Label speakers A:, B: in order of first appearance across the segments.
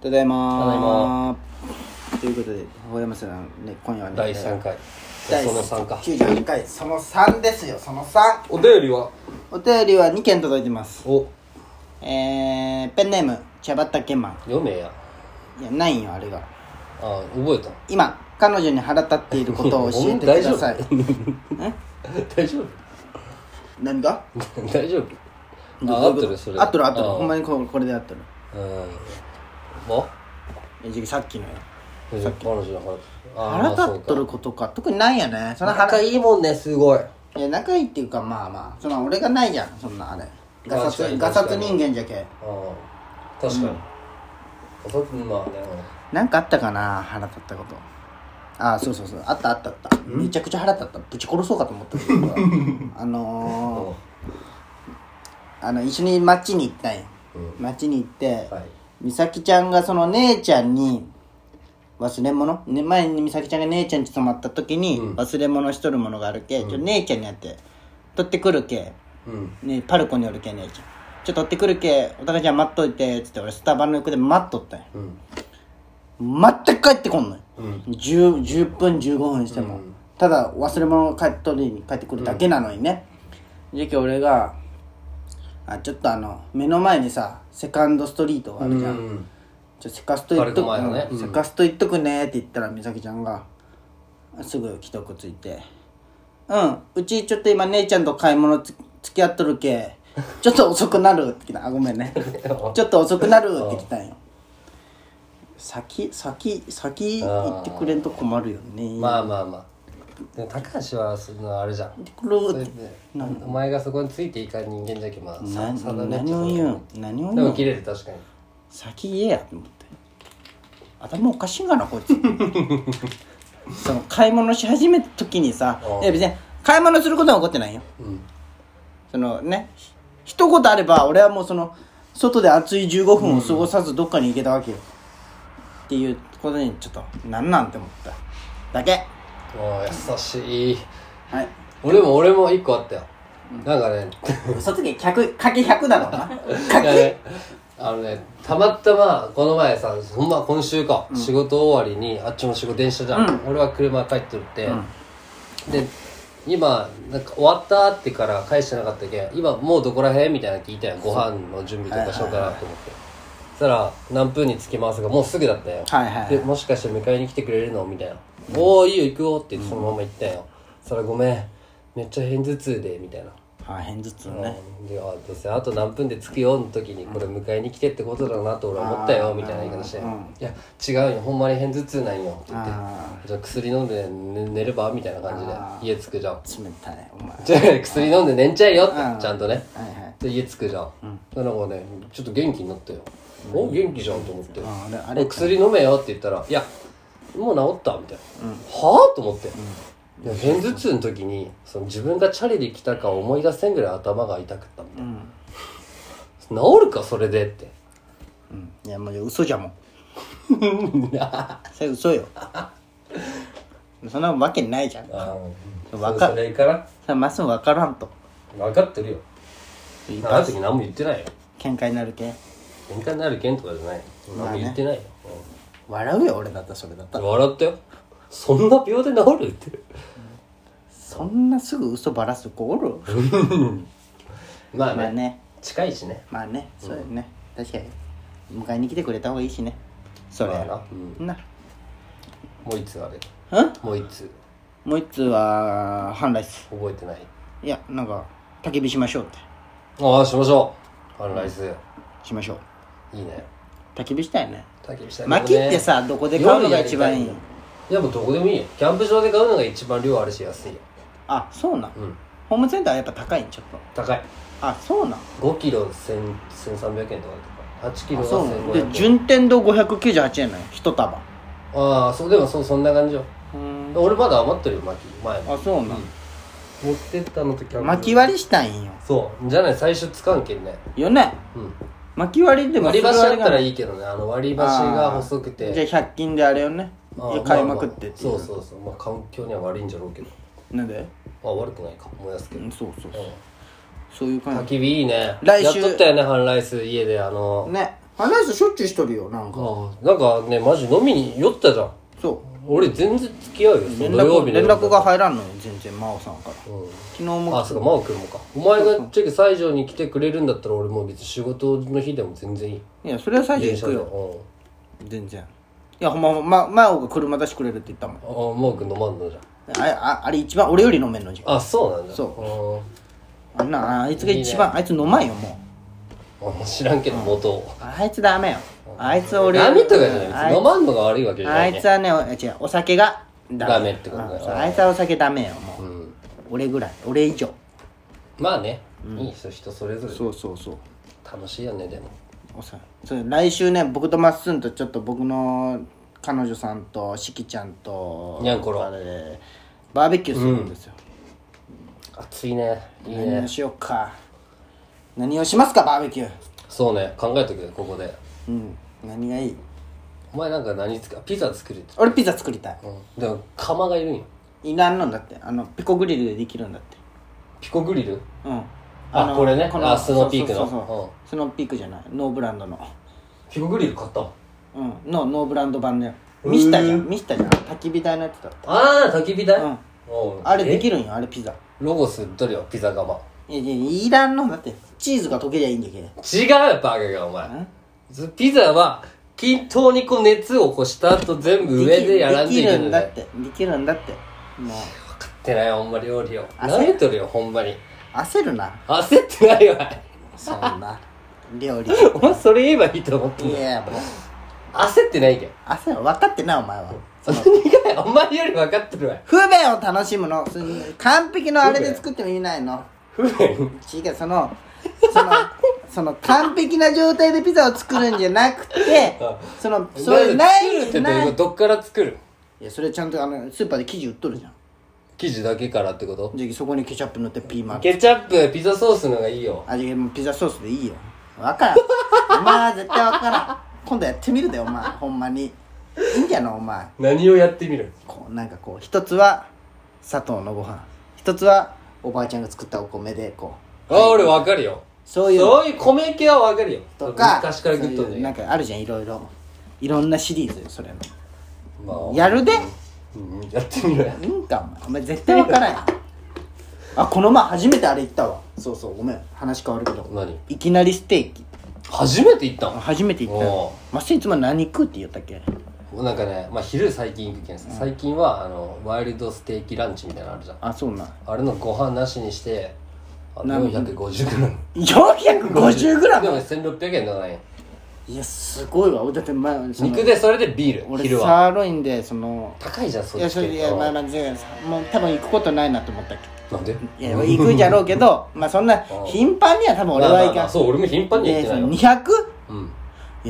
A: ただいまー
B: ただいま
A: ということで大山さんね今夜はね
B: 第3回
A: 第
B: その3か
A: 98回その3ですよその3
B: お便りは
A: お便りは2件届いてます
B: お
A: えー、ペンネーム茶畑マ
B: 読めや
A: ンいやないんよあれが
B: あ 覚えた
A: 今彼女に腹立っている ことを教えてくださいえ
B: 大丈夫
A: 何が
B: 大丈夫あ
A: ど
B: 合
A: う
B: っ
A: いう
B: て
A: こと
B: るそれ
A: 合っとる合っとる
B: あ
A: ほんまにここれで合っとる
B: うんあ
A: えじゃあさっきのよ
B: 大丈夫彼女の腹立あー
A: 腹
B: まあそ
A: 立
B: う
A: っ
B: か
A: とることか特にないよねその腹
B: 仲いいもんねすごい
A: いや仲いいっていうかまあまあその俺がないじゃんそんなあれガサ
B: 確か
A: ツ
B: に
A: ガサツ
B: 確か
A: 人間じゃけ
B: ああ確かに、おそまあね
A: なんかあったかな腹立ったことああそうそうそうあったあったあっためちゃくちゃ腹立ったぶち殺そうかと思ったけ どあ
B: うん
A: のー、あの一緒に街に行ったんや、
B: う
A: 街に行って、
B: はい
A: 美咲ちゃんがその姉ちゃんに忘れ物、ね、前に美咲ちゃんが姉ちゃんに泊まった時に
B: うん
A: 忘れ物しとるものがあるけ、ちょ姉ちゃんにやって取ってくるけ
B: うん
A: ねパルコにおるけんねえちゃんちょっと取ってくるけお互いじゃん待っといてっつって俺スタバの横で待っとったんよ
B: うん
A: 全く帰ってこんのよ、
B: うん
A: 十 10, 10分15分しても、
B: うん
A: ただ忘れ物を帰って取りに帰ってくるだけなのにね、じゃけ俺があちょっとあの目の前にさセカンドストリートがあるじゃん、
B: うん
A: ちょセカスト行っと
B: パルコ前のね
A: く、
B: うん
A: セカスト行っとくねって言ったら美咲ちゃんがすぐ既得ついて「うんうちちょっと今姉ちゃんと買い物つ付き合っとるけちょっと遅くなる」って来たあごめん ねちょっと遅くなるって来たんよ先先先行ってくれんと困るよね
B: まあまあまあでも高橋はそのあれじゃん
A: これ
B: それでお前がそこについていかん人間じゃけまあさ
A: な
B: 定めっ
A: 何
B: ちゃ
A: を
B: 定め
A: 言うん何を
B: で
A: 言う
B: も
A: ん
B: 切れる確かに
A: 先言えやと思って頭おかしいんかなこいつ その買い物し始めた時にさ
B: うん
A: いや別に買い物することは起こってないよ
B: うん
A: そのねひ一言あれば俺はもうその外で暑い15分を過ごさずどっかに行けたわけよ、っていうことにちょっとなんなんて思っただけ
B: もう優しい
A: はい
B: 俺も俺も一個あったよなんかね
A: 嘘つけ100かけ100だろうな
B: い やねあのねたまたまこの前さほんま今週か、仕事終わりにあっちも仕事電車じゃん、俺は車帰ってるって、で今なんか終わったってから返してなかったけん今もうどこらへんみたいなの聞いたやんご飯の準備とかしようかなと思って、そしたら何分に着きますがもうすぐだったよ、
A: はいはいはい
B: でもしかして迎えに来てくれるのみたいな「おおいいよ行くよ」って言ってそのまま行ったよ、それごめんめっちゃ偏頭痛でみたいな
A: あ変頭痛ね
B: であどうせあと何分で着くよの時にこれ迎えに来てってことだなと俺は思ったよみたいな言い方して「いや違うよほんまに偏頭痛なんよ」って言って
A: あ
B: 「じゃあ薬飲んで寝寝れば?」みたいな感じで
A: あ
B: 家着くじゃん
A: 冷たいお前
B: 「じゃあ薬飲んで寝んちゃえよ」って
A: うん
B: ちゃんとね
A: はいはい
B: で家着くじゃん、でなんかねちょっと元気になったよ「お元気じゃん」と思って
A: ああれあ
B: で
A: れ
B: 薬飲めよって言ったら「いやもう治った」みたいな「はあ?」と思って、で偏頭痛の時にその自分がチャリで来たか思い出せんぐらい頭が痛くったみたいな、治るかそれでって
A: うんいやもう嘘じ ゃもんそれ嘘よそんなわけないじゃん
B: あ
A: わか
B: それから
A: さまっすぐ分からんと
B: 分かってるよ
A: いい
B: あの時何も言ってないよ
A: 喧嘩になるけ
B: 喧嘩になるけんとかじゃないよ何も言ってないよ、
A: 笑うよ俺だったらそれだった
B: うん
A: ら
B: 笑ったよそんな秒で治るって
A: そんなすぐ嘘ばらす子おる
B: まあね,、
A: まあね
B: 近いしね
A: まあねそうよね確かに迎えに来てくれた方がいいしねそれ
B: まあ
A: や
B: な、
A: な
B: もう一つあれ
A: うん
B: もう一つ
A: もう一つは半ライス
B: 覚えてない
A: いやなんか焚き火しましょうって
B: ああしましょうアンライス、
A: しましょう
B: いいね
A: 焚き火したいね
B: 焚き火したい
A: 薪ってさどこで買うのが一番いい
B: 夜やりたいやもうどこでもいいよキャンプ場で買うのが一番量あるし安いよ
A: あそうなん
B: うん
A: ホームセンターはやっぱ高いんちょっと
B: 高い
A: あそうなん
B: 5キロ1000 1300円とかとか8キロ
A: あ
B: は
A: そうなん
B: 1500
A: で
B: 円
A: 順天堂598円なんよ一束
B: ああそうでもそうそんな感じよ
A: うん
B: 俺まだ余ってるよ薪前の
A: あそうなん、
B: 持ってったのとキャンプ場
A: 薪割りしたいんよ
B: そうじゃない最初つかんけんね
A: よね
B: うん
A: 薪割りでも
B: 割り箸あったら
A: い
B: いいけどねあの割り箸が細くて
A: じゃあ100均であれをね
B: あああ
A: 買いまくってっていう、
B: そうそうそうまあ環境には悪いんじゃろうけど
A: なんで
B: まあ悪くないか燃やすけ
A: う
B: ど
A: んそうそうそう
B: うん
A: そういう感
B: 焚
A: じ
B: き火いいね
A: 来週
B: やっとったよね半ライス家であの
A: ね花井さんしょっちゅうしとるよなんか
B: ああなんかねマジ飲みに酔ったじゃん
A: そ
B: 俺全然付き合うよ
A: う連
B: 土曜
A: 絡
B: 日の
A: 連
B: 夜
A: 絡が入らんのよ全然真央さんから昨
B: うん
A: 日も
B: あそうか真央君もかお前がチェキ西条に来てくれるんだったら俺もう別に仕事の日でも全然いい
A: いやそれは最初行く
B: で
A: よ
B: うん
A: 全然いやほんまほんまま真央が車出してくれるって言ったもん
B: あ真央君飲まんのじゃん
A: あああれ一番俺より飲めんのじゃん
B: あそうなんだ
A: そ
B: うん
A: あんなあいつが一番あいつ飲まんよもう
B: あもう知らんけど元を
A: あいつダメよあいつは俺
B: ダメとかじゃない別
A: あい
B: に飲まんのが悪いわけじゃな
A: あ
B: い
A: い
B: ね
A: つはねお違うお酒が
B: ダメってことだよ
A: うんそうあいつはお酒ダメよもう、
B: うん
A: 俺ぐらい俺以上
B: まあねいい人人それぞれ
A: そうそうそう
B: 楽しいよねでも
A: おさそう来週ね僕とまっすんとちょっと僕の彼女さんとしきちゃんと
B: にゃんころ
A: あれバーベキューするんですよ、
B: 暑いねいい
A: 何を
B: ね
A: しようか何をしますかバーベキュー
B: そうね考えとくよここで
A: うん何がいい
B: お前なんか何作るピザ作るって
A: 俺ピザ作りたい
B: うんでも釜がいるんよ
A: いらんのんだってあのピコグリルでできるんだって
B: ピコグリル
A: うん
B: あ
A: の
B: これねあスノーピークの
A: そうそうそうそうスノーピークじゃないノーブランドの
B: ピコグリル買ったの
A: うんのノーブランド版のよ見したじゃん見したじゃん焚き火台のやつだった
B: ああ焚き火台
A: うん
B: おう
A: あれ
B: え
A: できるんよあれピザ
B: ロゴス売っとるよピザ窯
A: いやいやいらんのだってチーズが溶けりゃいいんだけど
B: 違うよバカがお前ピザは均等にこう熱を起こした後全部上でやらんとい
A: でき
B: けない
A: るんだってできるんだってもう
B: 分かってないほんま料理を
A: 焦る
B: 舐めとるよほんまに
A: 焦るな
B: 焦ってないわ
A: そんな料理
B: お前それ言えばいいと思ってん
A: い
B: の
A: やもう
B: 焦ってないけん
A: 焦る分かってないお前は
B: それ苦いお前より分かってるわ
A: 不便を楽しむのその完璧のあれで作っても意味ないの
B: 不便
A: 違うそのそのその完璧な状態でピザを作るんじゃなくて そのそれな
B: 作るっ
A: い
B: てどういう
A: な
B: こ
A: い
B: とどっから作る
A: いやそれちゃんとあのスーパーで生地売っとるじゃん
B: 生地だけからってこと
A: じゃあそこにケチャップ塗ってピーマン
B: ケチャップピザソースのがいいよ
A: あじゃあもうピザソースでいいよ分からんお前は絶対分からん今度やってみるでお前ほんまにいいんじゃないお前
B: 何をやってみる
A: こうなんかこう一つは砂糖のご飯一つはおばあちゃんが作ったお米でこう
B: あ俺分かるよ
A: そういう
B: そういう米系は分かるよ
A: とか
B: 昔からグッと
A: そういうなん
B: ね
A: かあるじゃんいろいろいろんなシリーズよそれの
B: まあ
A: やるで
B: うんやってみろや
A: いいんかお前お前絶対分からん やんあこの前初めてあれ行ったわそうそうごめん話変わるけど
B: 何
A: いきなりステーキ
B: 初めて行った
A: あ初めて行った
B: お
A: よ
B: う
A: マッシンいつも何食うって言ったっけ
B: のなんかね、まあ、昼最近行くけんさ最近はあのワイルドステーキランチみたいなのあるじゃん
A: あそうなん
B: あれのご飯なしにしてあ
A: な
B: 4 5 0ムで
A: 450g
B: も1600円だからね
A: いやすごいわだって前その
B: 肉でそれでビール
A: 俺
B: 昼は
A: サーロインでその
B: 高いじゃんそ
A: い
B: っ
A: や
B: ち
A: それい
B: 系
A: やまあまあ違うもう多分行くことないなと思ったっけ
B: なんで
A: いや行くんじゃろうけ どまあそんな頻繁には多分
B: ま
A: 俺
B: あまあ
A: はい
B: まあ
A: かん
B: そう俺も頻繁に行っ
A: で
B: て
A: そ
B: ないよ
A: の 200?
B: う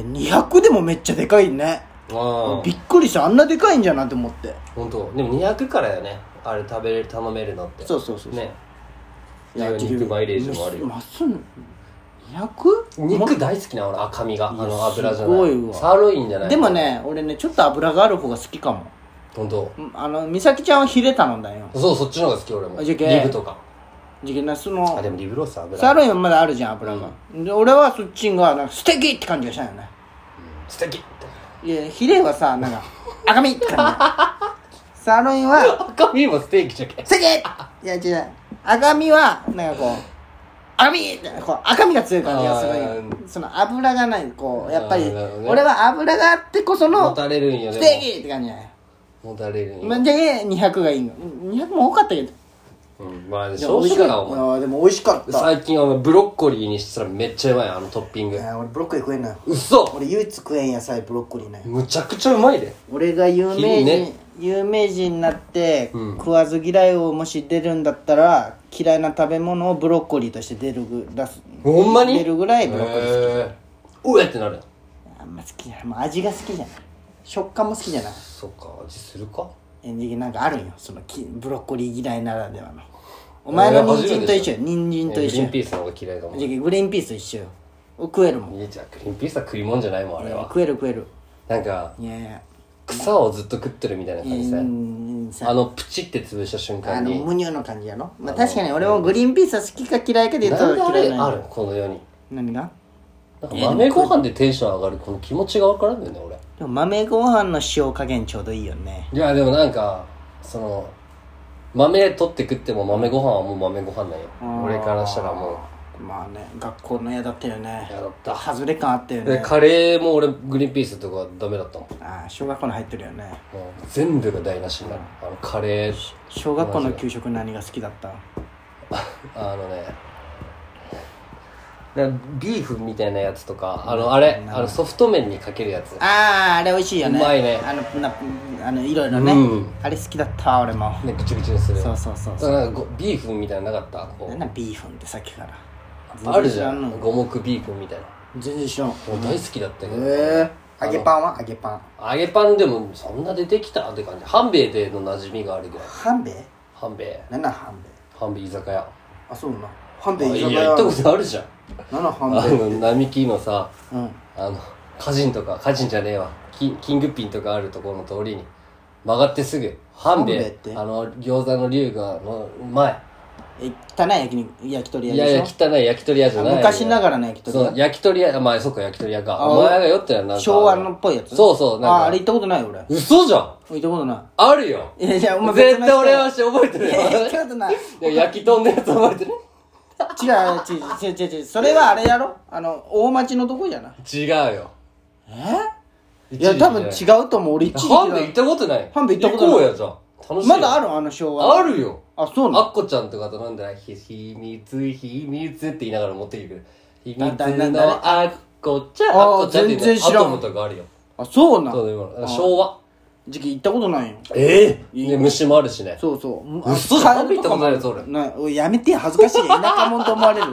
B: ん
A: いや200でもめっちゃでかいね
B: ああ
A: びっくりしたあんなでかいんじゃなって思って
B: 本当。でも200からよねあれ食べれる頼めるのって
A: そうそうそうそう
B: ね肉マイレージもあるよ
A: まっすぐ 200?
B: 肉大好きな俺赤身があ
A: い
B: の
A: や
B: 油じゃ
A: す
B: な
A: ご
B: い
A: いわ
B: サーロインじゃない
A: でもね俺ねちょっと油がある方が好きかも
B: 本当。
A: うんあの美咲ちゃんはヒレ頼んだんよ
B: そうそっちの方が好き俺も
A: あ
B: リ
A: じゃけ
B: ブとか
A: じゃあなそ
B: あ
A: の
B: でもリブロース油
A: サーロインはまだあるじゃん油が、で俺はそっちがなんか素敵って感じがしたんよね
B: 素敵
A: いやヒレはさなん か赤身って感じサーロインは
B: 赤身もステーキじゃけん
A: 素敵いや違う赤身はなんかこう赤身ってこう赤身が強い感じがするん
B: あ
A: よ
B: ー
A: その油がないこうやっぱり、
B: あーなるほどね
A: 俺は油があってこそ
B: も
A: の
B: たれるんよ
A: ス
B: で
A: テーキって感じだよ
B: ももたれるん
A: ま
B: よ
A: あじゃあ200がいいの200も多かったけど
B: うんまあ
A: でも
B: 少
A: 美味し
B: 子
A: か
B: 化
A: っ
B: だお前
A: たあーでも美味しかった
B: 最近あのブロッコリーにしたらめっちゃうまいあのトッピング
A: いや俺ブロッコリー食えんのよ
B: うそ
A: 俺唯一食えん野菜ブロッコリーね
B: むちゃくちゃうまいで
A: 俺が有
B: い
A: 名
B: い
A: 人、
B: ね
A: 有名人になって、
B: うん
A: 食わず嫌いをもし出るんだったら嫌いな食べ物をブロッコリーとして出るぐ出す
B: ほんまに
A: 出るぐらいブロッコリー
B: へーうえってなる
A: あんま好きじゃないもう味が好きじゃない食感も好きじゃない
B: そっか味するか
A: えなんかあるんよそのきブロッコリー嫌いならではのお前の人参と一緒よ人参と一緒
B: グリ
A: よ
B: ーンピースの方が嫌いだもん
A: じゃあグリーンピースと一緒よ食えるもん
B: いやじゃあグリーンピースは食い物じゃないもんあれは
A: 食える食える
B: なんか
A: いやいや
B: 草をずっと食ってるみたいな感じ
A: う
B: で
A: んさ
B: あのプチって潰した瞬
A: あ
B: 間
A: の
B: に
A: ムニュの感じやろ、まあ、確かに俺もグリーンピースは好きか嫌いかで言った
B: なんであ
A: ら嫌い
B: れ
A: な
B: あ
A: んよ
B: るこの世に
A: 何が
B: なんか豆ご飯でテンション上がるこの気持ちが分からんだよね俺
A: でも豆ご飯の塩加減ちょうどいいよね
B: いやでもなんかその豆取って食っても豆ご飯はもう豆ご飯なんよ俺からしたらも
A: まあね学校の嫌だったよね
B: うやだった
A: 外れ感あったよ
B: で
A: ね
B: カレーも俺グリーンピースとかダメだったもん
A: ああ小学校の入ってるよね
B: もう全部が台無しになるあのカレー
A: 小学校の給食何が好きだった
B: あのねなんかビーフみたいなやつとかあのあれあのソフト麺にかけるやつ
A: あああれ美味しいよね
B: うまいね
A: あのなあのいろいろね、
B: うん
A: あれ好きだった俺も
B: ねぐちぐちにする
A: そうそうそう
B: だからなんかごビーフンみたいなのなかったこ
A: なんだビーフンってさっきから
B: うあるじゃ
A: 全然知ら
B: ん
A: の
B: 五目ビーフンみたいな
A: 全然知らんへ
B: 俺大好きだったけど、
A: え揚げパンは揚げパン
B: 揚げパンでもそんな出てきたって感じ半兵衛での馴染みがあるぐらい
A: 半兵衛
B: 半兵衛
A: 何なん半兵衛
B: 半兵衛居酒屋
A: あそうな半
B: あ
A: 兵衛居
B: い
A: 酒
B: や行
A: 屋
B: ったことあるじゃん
A: 何なん半
B: あ
A: 兵衛
B: の並木のさ
A: うん
B: あの歌人とか歌人じゃねえわキンキングピンとかあるところの通りに曲がってすぐ半
A: 半兵
B: 兵
A: 衛
B: 衛
A: って
B: あの餃子の龍がの前
A: え汚い焼き肉焼き鳥屋
B: い
A: でしょ
B: やいや汚い焼き鳥屋じゃない
A: あ昔ながらの焼き鳥屋
B: そう焼き鳥屋まあそっか焼き鳥屋か
A: あ
B: お前が酔ってるなんか
A: 昭和のっぽいやつ
B: そうそうなんか
A: ああれ行ったことないよ俺行
B: 嘘じゃん
A: ったことな
B: あるよ
A: いいやいやお前
B: 絶対俺は
A: は
B: し覚 えてるよ
A: 行ったことない
B: いや焼き豚のやつ覚えてる
A: 違う違う違う違う違うそれはあれやろあの大町のとこじゃない
B: 違うよ
A: え
B: 一
A: い
B: 時期
A: や多分違
B: じ
A: うと思う俺一時期
B: ハンベ行ったことない
A: ハンベ行ったことない
B: 行こうやじゃあ楽しい
A: まだあ
B: る
A: るあの昭和
B: あるよ
A: あそうな
B: あ
A: の
B: っこちゃんとかと飲んだら「ひ秘密秘密」って言いながら持ってきてくる秘密
A: だだだ
B: のあっこちゃん
A: あー
B: っこちゃんって言うの
A: 全然知らん
B: アトムとかあるよ
A: あそうな
B: そ
A: の
B: うだよ今の昭和
A: 時期行ったことないよ
B: ええで虫もあるしね
A: そうそう
B: 嘘
A: あ
B: ハンベ行ったことないやつ俺
A: なおいやめて恥ずかしい田舎者と思われる